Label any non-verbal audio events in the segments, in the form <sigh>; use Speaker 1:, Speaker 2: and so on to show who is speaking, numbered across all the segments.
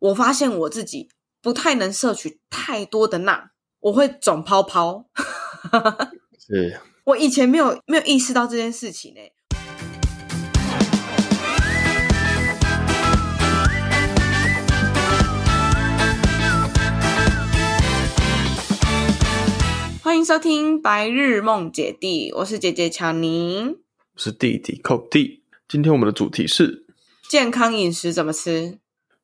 Speaker 1: 我发现我自己不太能摄取太多的钠，我会肿泡泡。 <laughs>
Speaker 2: 是
Speaker 1: 我以前没有没有意识到这件事情呢、欸欢迎收听《白日梦姐弟》，我是姐姐乔宁。
Speaker 2: 是弟弟 c o D。今天我们的主题是
Speaker 1: 健康饮食怎么吃？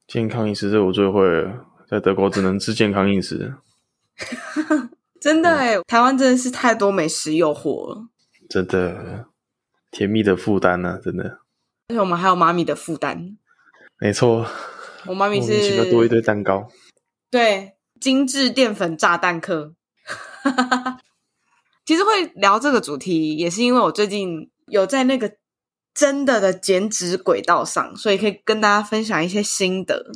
Speaker 2: 健康饮食，这我最会了，在德国只能吃健康饮食，
Speaker 1: 真的哎、台湾真的是太多美食诱惑了，
Speaker 2: 真的甜蜜的负担呢、真的
Speaker 1: 而且我们还有妈咪的负担。
Speaker 2: 没错。
Speaker 1: 我妈咪
Speaker 2: 莫名其妙
Speaker 1: 是
Speaker 2: 多一堆蛋糕，
Speaker 1: 对，精致淀粉炸弹客。 <laughs> 其实会聊这个主题，也是因为我最近有在那个真的的减脂轨道上，所以可以跟大家分享一些心得。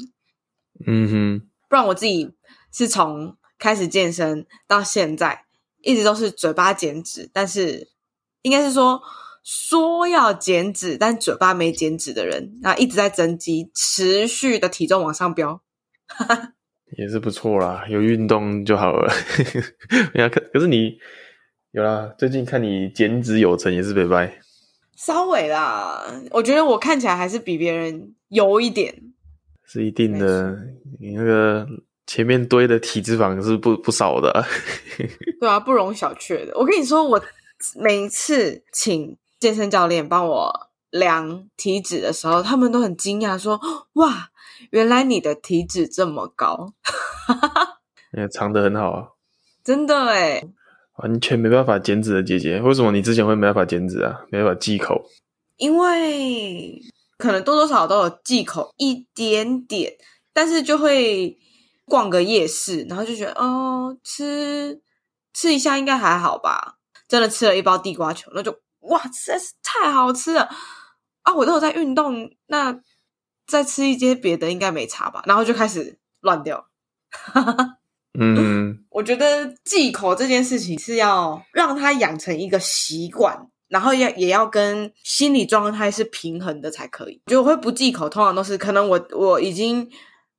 Speaker 2: 嗯哼，
Speaker 1: 不然我自己是从开始健身到现在，一直都是嘴巴减脂，但是应该是说说要减脂，但嘴巴没减脂的人，那一直在增肌，持续的体重往上飙。
Speaker 2: 也是不错啦，有运动就好了。 <laughs> 哎呀，可可是你有啦，最近看你减脂有成，也是北拜。
Speaker 1: 稍微啦，我觉得我看起来还是比别人油一点。
Speaker 2: 是一定的，你那个前面堆的体脂肪是不不少的啊、 <laughs>
Speaker 1: 对啊，不容小觑的。我跟你说，我每一次请健身教练帮我量体脂的时候，他们都很惊讶，说：“哇，原来你的体脂这么高，
Speaker 2: 也藏得很好啊，
Speaker 1: 真的欸诶
Speaker 2: 完全没办法减脂的姐姐，为什么你之前会没办法减脂啊？没办法忌口，
Speaker 1: 因为可能多多少少都有忌口一点点，但是就会逛个夜市，然后就觉得哦，吃吃一下应该还好吧。真的吃了一包地瓜球，那就哇，实在是太好吃了啊！我都有在运动，那再吃一些别的应该没差吧？然后就开始乱掉。
Speaker 2: 嗯，
Speaker 1: 我觉得忌口这件事情是要让它养成一个习惯，然后要也要跟心理状态是平衡的才可以。就我会不忌口，通常都是可能我我已经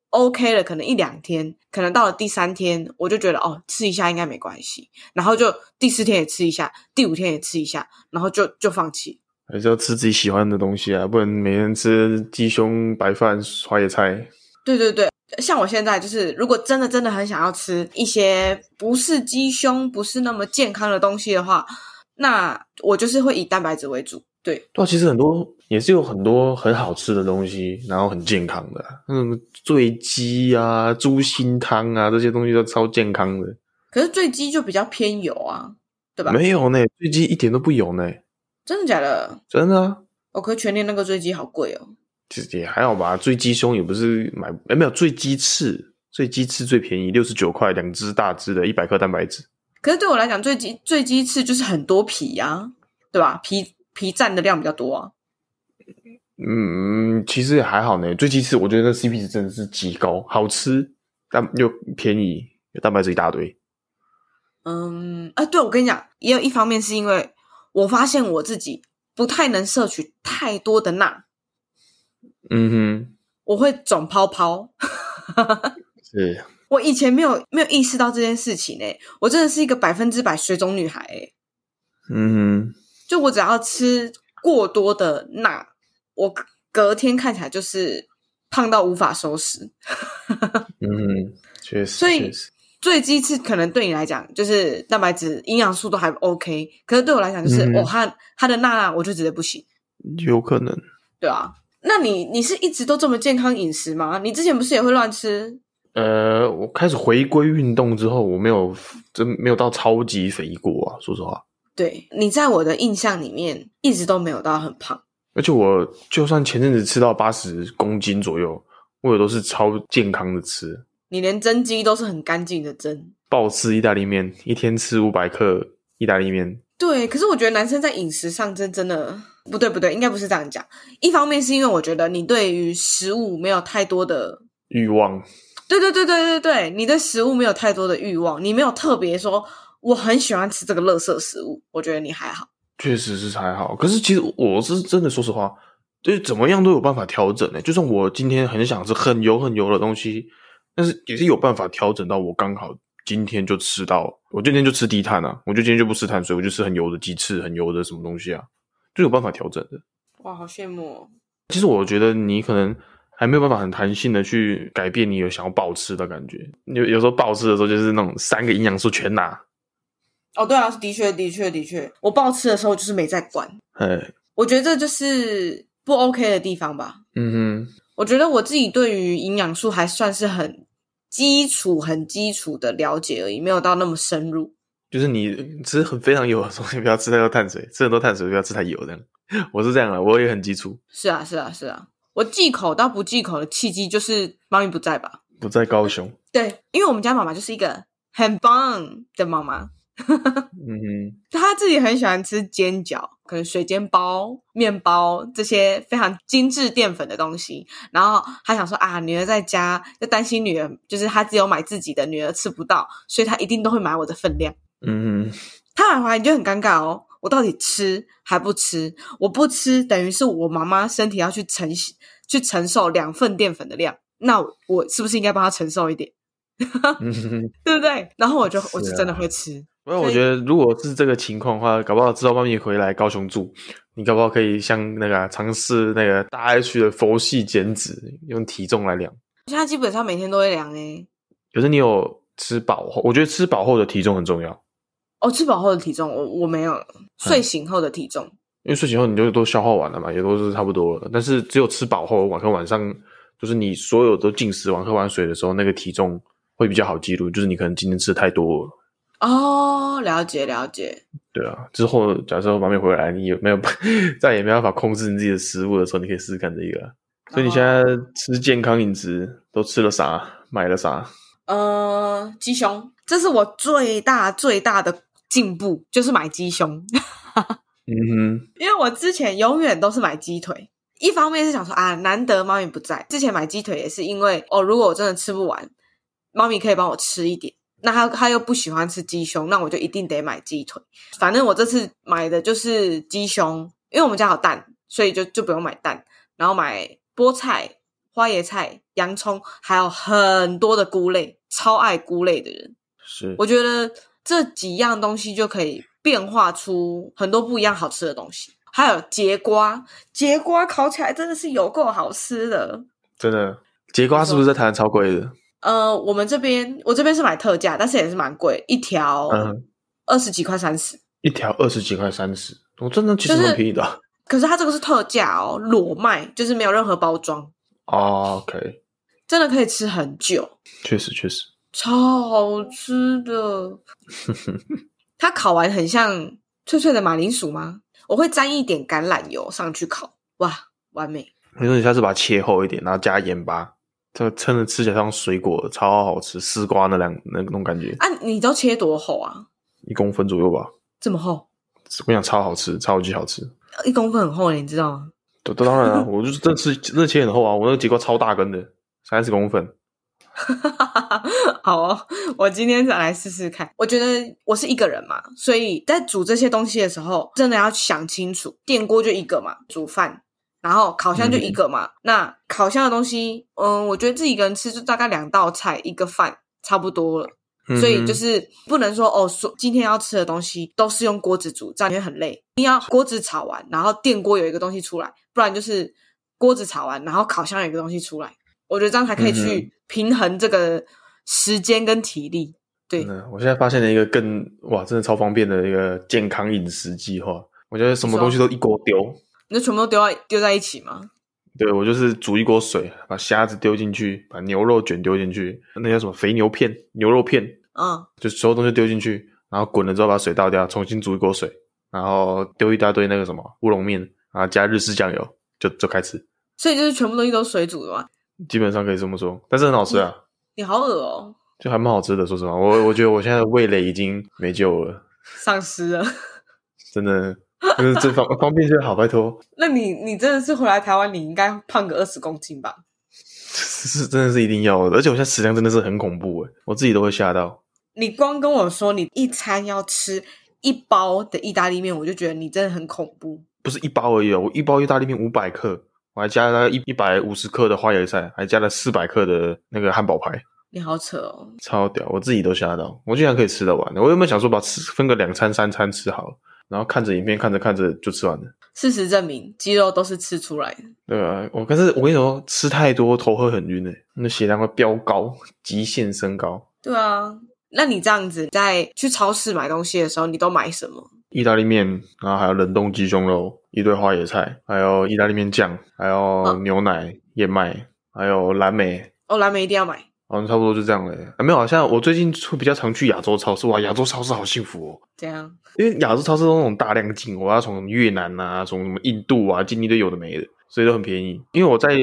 Speaker 1: OK 了，可能一两天，可能到了第三天，我就觉得哦吃一下应该没关系，然后就第四天也吃一下，第五天也吃一下，然后就就放弃。
Speaker 2: 还是要吃自己喜欢的东西啊，不然每天吃鸡胸白饭、花椰菜，
Speaker 1: 对对对，像我现在就是，如果真的真的很想要吃一些不是鸡胸、不是那么健康的东西的话，那我就是会以蛋白质为主。对，
Speaker 2: 对啊，其实很多也是有很多很好吃的东西，然后很健康的、啊，那什么醉鸡啊、猪心汤啊，这些东西都超健康的。
Speaker 1: 可是醉鸡就比较偏油啊，对吧？
Speaker 2: 没有呢，醉鸡一点都不油呢，
Speaker 1: 真的假的？
Speaker 2: 真的、啊。
Speaker 1: 哦，可是全年那个醉鸡好贵哦。
Speaker 2: 其实也还好吧，醉鸡胸也不是买，哎，没有醉鸡翅，醉鸡翅最便宜，六十九块，两只大只的，一百克蛋白质。
Speaker 1: 可是对我来讲，醉鸡醉鸡翅就是很多皮呀、对吧？皮皮占的量比较多啊。
Speaker 2: 嗯，其实也还好呢。醉鸡翅，我觉得那 CP 值真的是极高，好吃，但又便宜，蛋白质一大堆。
Speaker 1: 嗯，啊，对，我跟你讲，也有一方面是因为我发现我自己不太能摄取太多的钠，
Speaker 2: 嗯
Speaker 1: 我会肿泡泡。
Speaker 2: 哼，是
Speaker 1: 我以前没有没有意识到这件事情诶、欸我真的是一个百分之百水肿女孩诶、
Speaker 2: 嗯哼，
Speaker 1: 就我只要吃过多的钠，我隔天看起来就是胖到无法收拾。
Speaker 2: 嗯哼，确实，
Speaker 1: 所以
Speaker 2: 确实
Speaker 1: 醉鸡翅可能对你来讲就是蛋白质、营养素都还 OK，可是对我来讲就是、
Speaker 2: 嗯
Speaker 1: 哦，它它的钠我就直接不行，
Speaker 2: 有可能。
Speaker 1: 对啊。那你你是一直都这么健康饮食吗？你之前不是也会乱吃？
Speaker 2: 呃，我开始回归运动之后，我没有真没有到超级肥过啊，说实话。
Speaker 1: 对，你在我的印象里面一直都没有到很胖。
Speaker 2: 而且我就算前阵子吃到八十公斤左右，我也都是超健康的吃，
Speaker 1: 你连蒸鸡都是很干净的蒸。
Speaker 2: 暴吃意大利面，一天吃五百克意大利面。
Speaker 1: 对，可是我觉得男生在饮食上真真的不对不对，应该不是这样讲。一方面是因为我觉得你对于食物没有太多的，
Speaker 2: 欲望，
Speaker 1: 对对对对对对，你对食物没有太多的欲望，你没有特别说我很喜欢吃这个垃圾食物，我觉得你还好。
Speaker 2: 确实是还好。可是其实我是真的，说实话，就是怎么样都有办法调整欸的、就算我今天很想吃很油很油的东西，但是也是有办法调整到我刚好今天就吃到，我今天就吃低碳啊，我就今天就不吃碳水，我就吃很油的鸡翅、很油的什么东西啊，就有办法调整的。
Speaker 1: 哇，好羡慕、哦。
Speaker 2: 其实我觉得你可能还没有办法很弹性的去改变你有想要暴吃的感觉。有有时候暴吃的时候就是那种三个营养素全拿，
Speaker 1: 哦，对啊，的确，的确，的确，我暴吃的时候就是没在管，
Speaker 2: 哎，
Speaker 1: 我觉得这就是不 OK 的地方吧。
Speaker 2: 嗯哼，
Speaker 1: 我觉得我自己对于营养素还算是很基础、很基础的了解而已，没有到那么深入。
Speaker 2: 就是你吃很非常油的东西不要吃太多碳水，吃很多碳水不要吃太油这样。我是这样啊，我也很基础，
Speaker 1: 是啊，是啊，是啊。我忌口到不忌口的契机就是妈咪不在吧？
Speaker 2: 不在高雄。
Speaker 1: 对，因为我们家妈妈就是一个很棒的妈妈，
Speaker 2: 嗯哼，
Speaker 1: 她自己很喜欢吃煎饺，可能水煎包、面包这些非常精致淀粉的东西。然后她想说啊，女儿在家就担心女儿，就是她只有买自己的，女儿吃不到，所以她一定都会买我的分量。
Speaker 2: 嗯
Speaker 1: 她买回来你就很尴尬哦，我到底吃还不吃？我不吃，等于是我妈妈身体要去承去承受两份淀粉的量，那我我是不是应该帮她承受一点？啊
Speaker 2: 哼，
Speaker 1: <laughs>
Speaker 2: 嗯哼。
Speaker 1: 对不对？然后我就是我就
Speaker 2: 啊
Speaker 1: 真的会吃，
Speaker 2: 不然我
Speaker 1: 所以
Speaker 2: 觉得，如果是这个情况的话，搞不好之后妈咪回来高雄住，你搞不好可以像那个啊尝试那个大 H 的佛系减脂，用体重来量。
Speaker 1: 现在基本上每天都会量欸诶。
Speaker 2: 可是你有吃饱后，我觉得吃饱后的体重很重要，
Speaker 1: 哦，吃饱后的体重我我没有，睡醒后的体重
Speaker 2: 因为睡醒后你就都消化完了嘛，也都是差不多了。但是只有吃饱后，晚上晚上就是你所有都进食完、喝完水的时候，那个体重会比较好记录，就是你可能今天吃太多了。
Speaker 1: 哦，了解了解，
Speaker 2: 对啊，之后假设妈咪回来，你有没有 <laughs> 再也没办法控制你自己的食物的时候，你可以试试看这个啊、所以你现在
Speaker 1: 哦
Speaker 2: 吃健康饮食都吃了啥？买了啥？
Speaker 1: 呃，鸡胸，这是我最大最大的进步，就是买鸡胸。
Speaker 2: 嗯
Speaker 1: 因为我之前永远都是买鸡腿，一方面是想说啊，难得猫咪不在，之前买鸡腿也是因为哦，如果我真的吃不完，猫咪可以帮我吃一点。那它它又不喜欢吃鸡胸，那我就一定得买鸡腿。反正我这次买的就是鸡胸，因为我们家有蛋，所以就就不用买蛋，然后买菠菜、花椰菜、洋葱，还有很多的菇类，超爱菇类的人。
Speaker 2: 哼，是
Speaker 1: 我觉得这几样东西就可以变化出很多不一样好吃的东西。还有节瓜，节瓜烤起来真的是有够好吃的。
Speaker 2: 真的。节瓜是不是在台湾超贵的？
Speaker 1: 呃，我们这边我这边是买特价，但是也是蛮贵，一条
Speaker 2: 嗯，
Speaker 1: 二十几块三十。
Speaker 2: 一条二十几块，三十，我真的其实
Speaker 1: 就是
Speaker 2: 蛮便宜的啊。
Speaker 1: 可是它这个是特价哦，裸卖，就是没有任何包装，
Speaker 2: 哦 OK，
Speaker 1: 真的可以吃很久，
Speaker 2: 确实确实，
Speaker 1: 超好吃的。它烤完很像脆脆的马铃薯吗？我会沾一点橄榄油上去烤，哇，完美。
Speaker 2: 你说你下次把它切厚一点，然后加盐巴，这趁着吃起来像水果，超好吃，丝瓜那两那那种感觉，
Speaker 1: 啊，你都切多厚啊？
Speaker 2: 一公分左右吧。
Speaker 1: 这么厚，
Speaker 2: 我跟你讲，超好吃，超级好吃。
Speaker 1: 呃一公分很厚嘞，你知道吗？ <laughs>
Speaker 2: 对，当然了、啊我就是真的吃，真的切很厚啊，我那个节瓜超大根的，三十公分。
Speaker 1: 好哦，我今天再来试试看。我觉得我是一个人嘛，所以在煮这些东西的时候，真的要想清楚。电锅就一个嘛，煮饭，然后烤箱就一个嘛。那烤箱的东西，嗯，我觉得自己一个人吃就大概两道菜一个饭差不多了。所以就
Speaker 2: 嗯哼
Speaker 1: 是不能说哦，说今天要吃的东西都是用锅子煮，这样你会很累。一定要锅子炒完，然后电锅有一个东西出来，不然就是锅子炒完，然后烤箱有一个东西出来。我觉得这样才可以
Speaker 2: 嗯
Speaker 1: 去平衡这个时间跟体力。对
Speaker 2: 嗯，我现在发现了一个更哇，真的超方便的一个健康饮食计划。我觉得什么东西都一锅丢，
Speaker 1: 你就全部都丢在丢在一起吗？
Speaker 2: 对我就是煮一锅水，把虾子丢进去，把牛肉卷丢进去，那叫什么肥牛片、牛肉片，
Speaker 1: 嗯，
Speaker 2: 就所有东西丢进去，然后滚了之后把水倒掉，重新煮一锅水，然后丢一大堆那个什么乌龙面，然后加日式酱油，就就开吃。
Speaker 1: 所以就是全部东西都水煮的嘛。
Speaker 2: 基本上可以这么说，但是很好吃啊，
Speaker 1: 你好恶哦，
Speaker 2: 就还蛮好吃的。说实话，我我觉得我现在的味蕾已经没救了，
Speaker 1: 丧尸啊了。
Speaker 2: 真的，就是这方方便就好，拜托。
Speaker 1: <laughs>
Speaker 2: <laughs>
Speaker 1: 那你你真的是回来台湾，你应该胖个二十公斤吧？
Speaker 2: 是真的是一定要的，而且我现在食量真的是很恐怖诶，我自己都会吓到。
Speaker 1: 你光跟我说你一餐要吃一包的意大利面，我就觉得你真的很恐怖。
Speaker 2: 不是一包而已哦，我一包意大利面五百克，我还加了大概一一百五十克的花椰菜，还加了四百克的那个汉堡排，
Speaker 1: 你好扯哦，
Speaker 2: 超屌！我自己都吓到，我竟然可以吃得完。我原本想说把吃分个两餐三餐吃好，然后看着影片看着看着就吃完了。
Speaker 1: 事实证明，肌肉都是吃出来的。
Speaker 2: 对啊，我可是我跟你说，吃太多头会很晕诶、欸那血糖会飙高，极限升高。
Speaker 1: 对啊，那你这样子在去超市买东西的时候，你都买什么？
Speaker 2: 意大利面，然后还有冷冻鸡胸肉，一堆花椰菜，还有意大利面酱，还有牛奶、燕麦，还有蓝莓，
Speaker 1: 哦，蓝莓一定要买，
Speaker 2: 好像差不多就这样了、啊。没有，好像我最近出比较常去亚洲超市，哇，亚洲超市好幸福哦，
Speaker 1: 这样
Speaker 2: 因为亚洲超市都那种大量进，我要从越南啊，从什么印度啊进一堆有的没的，所以都很便宜。因为我在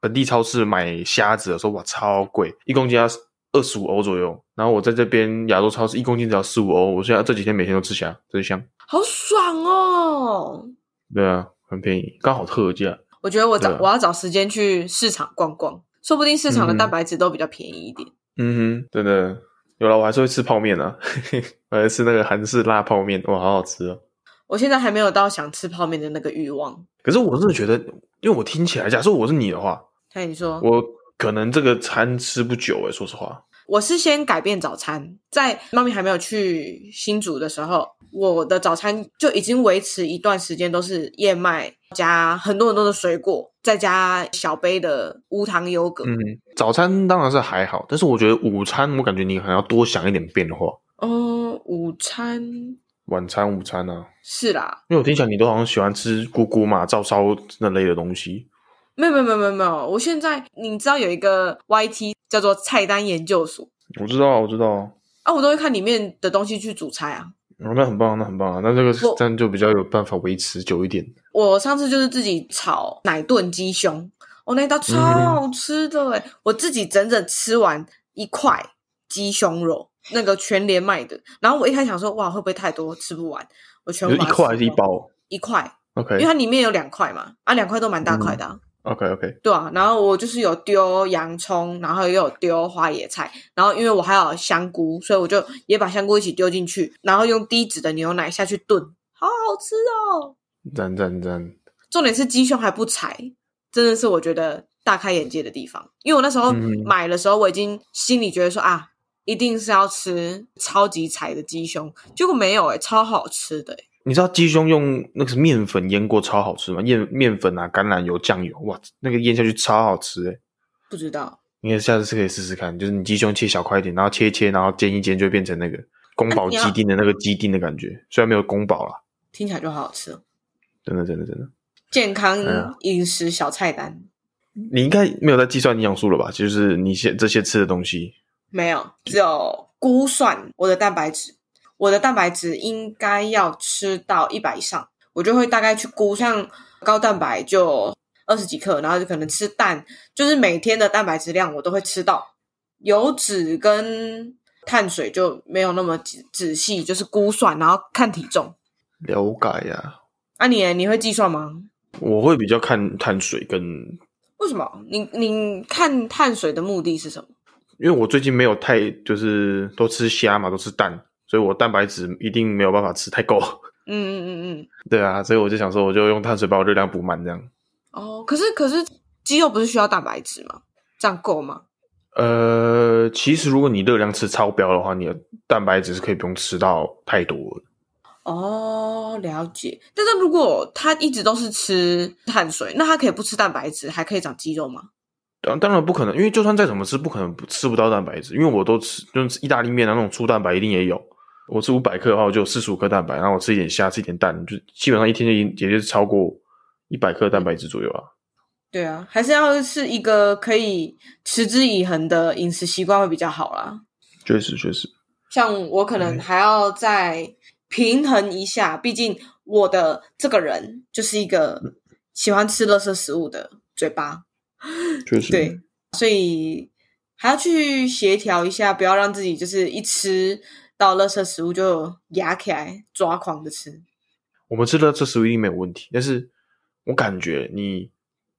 Speaker 2: 本地超市买虾子的时候，哇，超贵，一公斤要二十五欧左右。然后我在这边亚洲超市一公斤只要十五欧，我现在这几天每天都吃虾，真香。
Speaker 1: 好爽哦！
Speaker 2: 对啊，很便宜，刚好特价。
Speaker 1: 我觉得我找、
Speaker 2: 对啊
Speaker 1: 我要找时间去市场逛逛，说不定市场的
Speaker 2: 嗯
Speaker 1: 蛋白质都比较便宜一点。
Speaker 2: 嗯哼，真的有了，我还是会吃泡面啊， <laughs> 我还吃那个韩式辣泡面，哇，好好吃哦。
Speaker 1: 我现在还没有到想吃泡面的那个欲望。
Speaker 2: 可是我真的觉得，因为我听起来，假设我是你的话，
Speaker 1: 那你说，我
Speaker 2: 我可能这个餐吃不久诶、说实话。
Speaker 1: 是先改变早餐，在猫咪还没有去新竹的时候，我的早餐就已经维持一段时间都是燕麦加很多很多的水果，再加小杯的无糖优格。
Speaker 2: 嗯，早餐当然是还好，但是我觉得午餐，我感觉你可能要多想一点变化。
Speaker 1: 哦，午餐
Speaker 2: 晚餐、午餐啊，
Speaker 1: 是啦，
Speaker 2: 因为我听讲你都好像喜欢吃咕咕嘛、照烧那类的东西。
Speaker 1: 没有没有没有没有没有，我现在你知道有一个 YT 叫做菜单研究所
Speaker 2: 我知道，我知道，
Speaker 1: 啊，我都会看里面的东西去煮菜啊。
Speaker 2: 哦那很棒，那很棒啊！那这个
Speaker 1: 我
Speaker 2: 这样就比较有办法维持久一点。
Speaker 1: 我上次就是自己炒奶炖鸡胸，哦，那道超好吃的哎、我自己整整吃完一块鸡胸肉，那个全连卖的。然后我一开始想说，哇，会不会太多吃不完？我全
Speaker 2: 就
Speaker 1: 部
Speaker 2: 一
Speaker 1: 把它
Speaker 2: 块还
Speaker 1: 吃
Speaker 2: 是一
Speaker 1: 光？
Speaker 2: 包
Speaker 1: 一块，因为
Speaker 2: ？OK
Speaker 1: 它里面有两块嘛，啊，两块都蛮大块的、
Speaker 2: 嗯
Speaker 1: 啊。
Speaker 2: OK OK，
Speaker 1: 对啊，然后我就是有丢洋葱，然后也有丢花椰菜，然后因为我还有香菇，所以我就也把香菇一起丢进去，然后用低脂的牛奶下去炖，好好吃哦！
Speaker 2: 赞赞赞！
Speaker 1: 重点是鸡胸还不柴，真的是我觉得大开眼界的地方。因为我那时候
Speaker 2: 嗯
Speaker 1: 买的时候，我已经心里觉得说啊，一定是要吃超级柴的鸡胸，结果没有诶、欸超好吃的、欸诶
Speaker 2: 你知道鸡胸用那个是面粉腌过超好吃吗？面面粉啊、橄榄油、酱油，哇，那个腌下去超好吃欸诶、
Speaker 1: 不知道
Speaker 2: 你也下次可以试试看，就是你鸡胸切小块一点，然后切一切，然后煎一煎，就会变成那个宫保鸡丁的那个鸡丁的感觉。虽然没有宫保啦，
Speaker 1: 听起来就好好吃哦。
Speaker 2: 真的真的真的，
Speaker 1: 健康
Speaker 2: 哎呀
Speaker 1: 饮食小菜单
Speaker 2: 你应该没有在计算营养素了吧？就是你现这些吃的东西，
Speaker 1: 没有，只有估算我的蛋白质，我的蛋白质应该要吃到一百以上，我就会大概去估，像高蛋白就二十几克，然后就可能吃蛋，就是每天的蛋白质量我都会吃到，油脂跟碳水就没有那么仔仔细，就是估算，然后看体重。
Speaker 2: 了解呀、
Speaker 1: 啊你，你你会计算吗？
Speaker 2: 我会比较看碳水跟，
Speaker 1: 为什么？你你看碳水的目的是什么？
Speaker 2: 因为我最近没有太就是都吃虾嘛，都吃蛋，所以我蛋白质一定没有办法吃太够。 <laughs>
Speaker 1: 嗯嗯嗯嗯。
Speaker 2: 对啊，所以我就想说，我就用碳水把我热量补满这样。
Speaker 1: 哦，可是可是肌肉不是需要蛋白质吗？这样够吗？
Speaker 2: 呃，其实如果你热量吃超标的话，你的蛋白质是可以不用吃到太多的。
Speaker 1: 哦，了解。但是如果他一直都是吃碳水，那他可以不吃蛋白质，还可以长肌肉吗？
Speaker 2: 当当然不可能，因为就算再怎么吃，不可能不吃不到蛋白质。因为我都吃，就是吃意大利面啊那种粗蛋白一定也有。我吃五百克的话，我就有四十五克蛋白，然后我吃一点虾，吃一点蛋，就基本上一天就已经也就是超过一百克蛋白质左右啊。
Speaker 1: 对啊，还是要是一个可以持之以恒的饮食习惯会比较好啦。
Speaker 2: 确实，确实，
Speaker 1: 像我可能还要再平衡一下，毕竟我的这个人就是一个喜欢吃垃圾食物的嘴巴。
Speaker 2: 确实
Speaker 1: 对，所以还要去协调一下，不要让自己就是一吃到垃圾食物就压起来抓狂的吃。
Speaker 2: 我们吃了这食物一定没有问题，但是我感觉你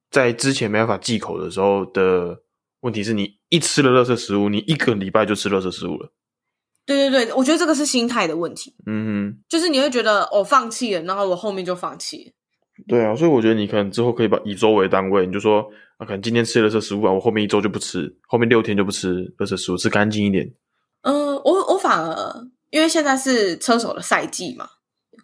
Speaker 2: 在之前没办法忌口的时候的问题是你一吃了垃圾食物，你一个礼拜就吃垃圾食物了。
Speaker 1: 对对对，我觉得这个是心态的问题，
Speaker 2: 嗯哼，
Speaker 1: 就是你会觉得我、哦放弃了，然后我后面就放弃了，
Speaker 2: 对啊，所以我觉得你可能之后可以把以周为单位，你就说，啊，可能今天吃了圾食物啊，我后面一周就不吃，后面六天就不吃垃圾食物，吃干净一点。
Speaker 1: 嗯、我我反而因为现在是车手的赛季嘛，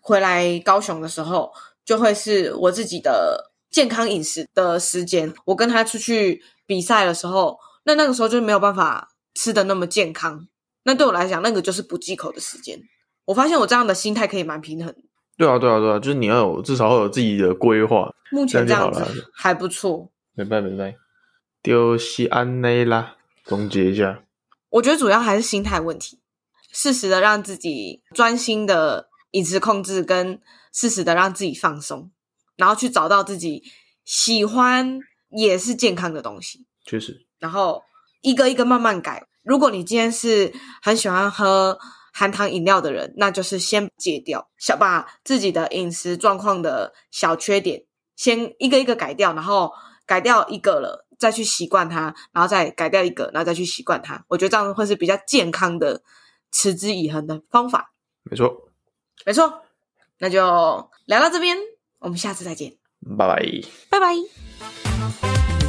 Speaker 1: 回来高雄的时候就会是我自己的健康饮食的时间。我跟他出去比赛的时候，那那个时候就没有办法吃的那么健康。那对我来讲，那个就是不忌口的时间。我发现我这样的心态可以蛮平衡。
Speaker 2: 对啊，对啊，对啊，就是你要有至少要有自己的规划。
Speaker 1: 目前这
Speaker 2: 这样
Speaker 1: 样
Speaker 2: 就
Speaker 1: 子
Speaker 2: 好了
Speaker 1: 还不错。
Speaker 2: 明白，明白。丢西安内啦，总结一下，
Speaker 1: 我觉得主要还是心态问题，适时的让自己专心的饮食控制，跟适时的让自己放松，然后去找到自己喜欢也是健康的东西，
Speaker 2: 确实，
Speaker 1: 然后一个一个慢慢改。如果你今天是很喜欢喝含糖饮料的人，那就是先戒掉，想把自己的饮食状况的小缺点先一个一个改掉，然后改掉一个了，再去习惯它，然后再改掉一个，然后再去习惯它。我觉得这样会是比较健康的、持之以恒的方法。
Speaker 2: 没错。
Speaker 1: 没错，那就聊到这边，我们下次再见，
Speaker 2: 拜拜。
Speaker 1: 拜拜。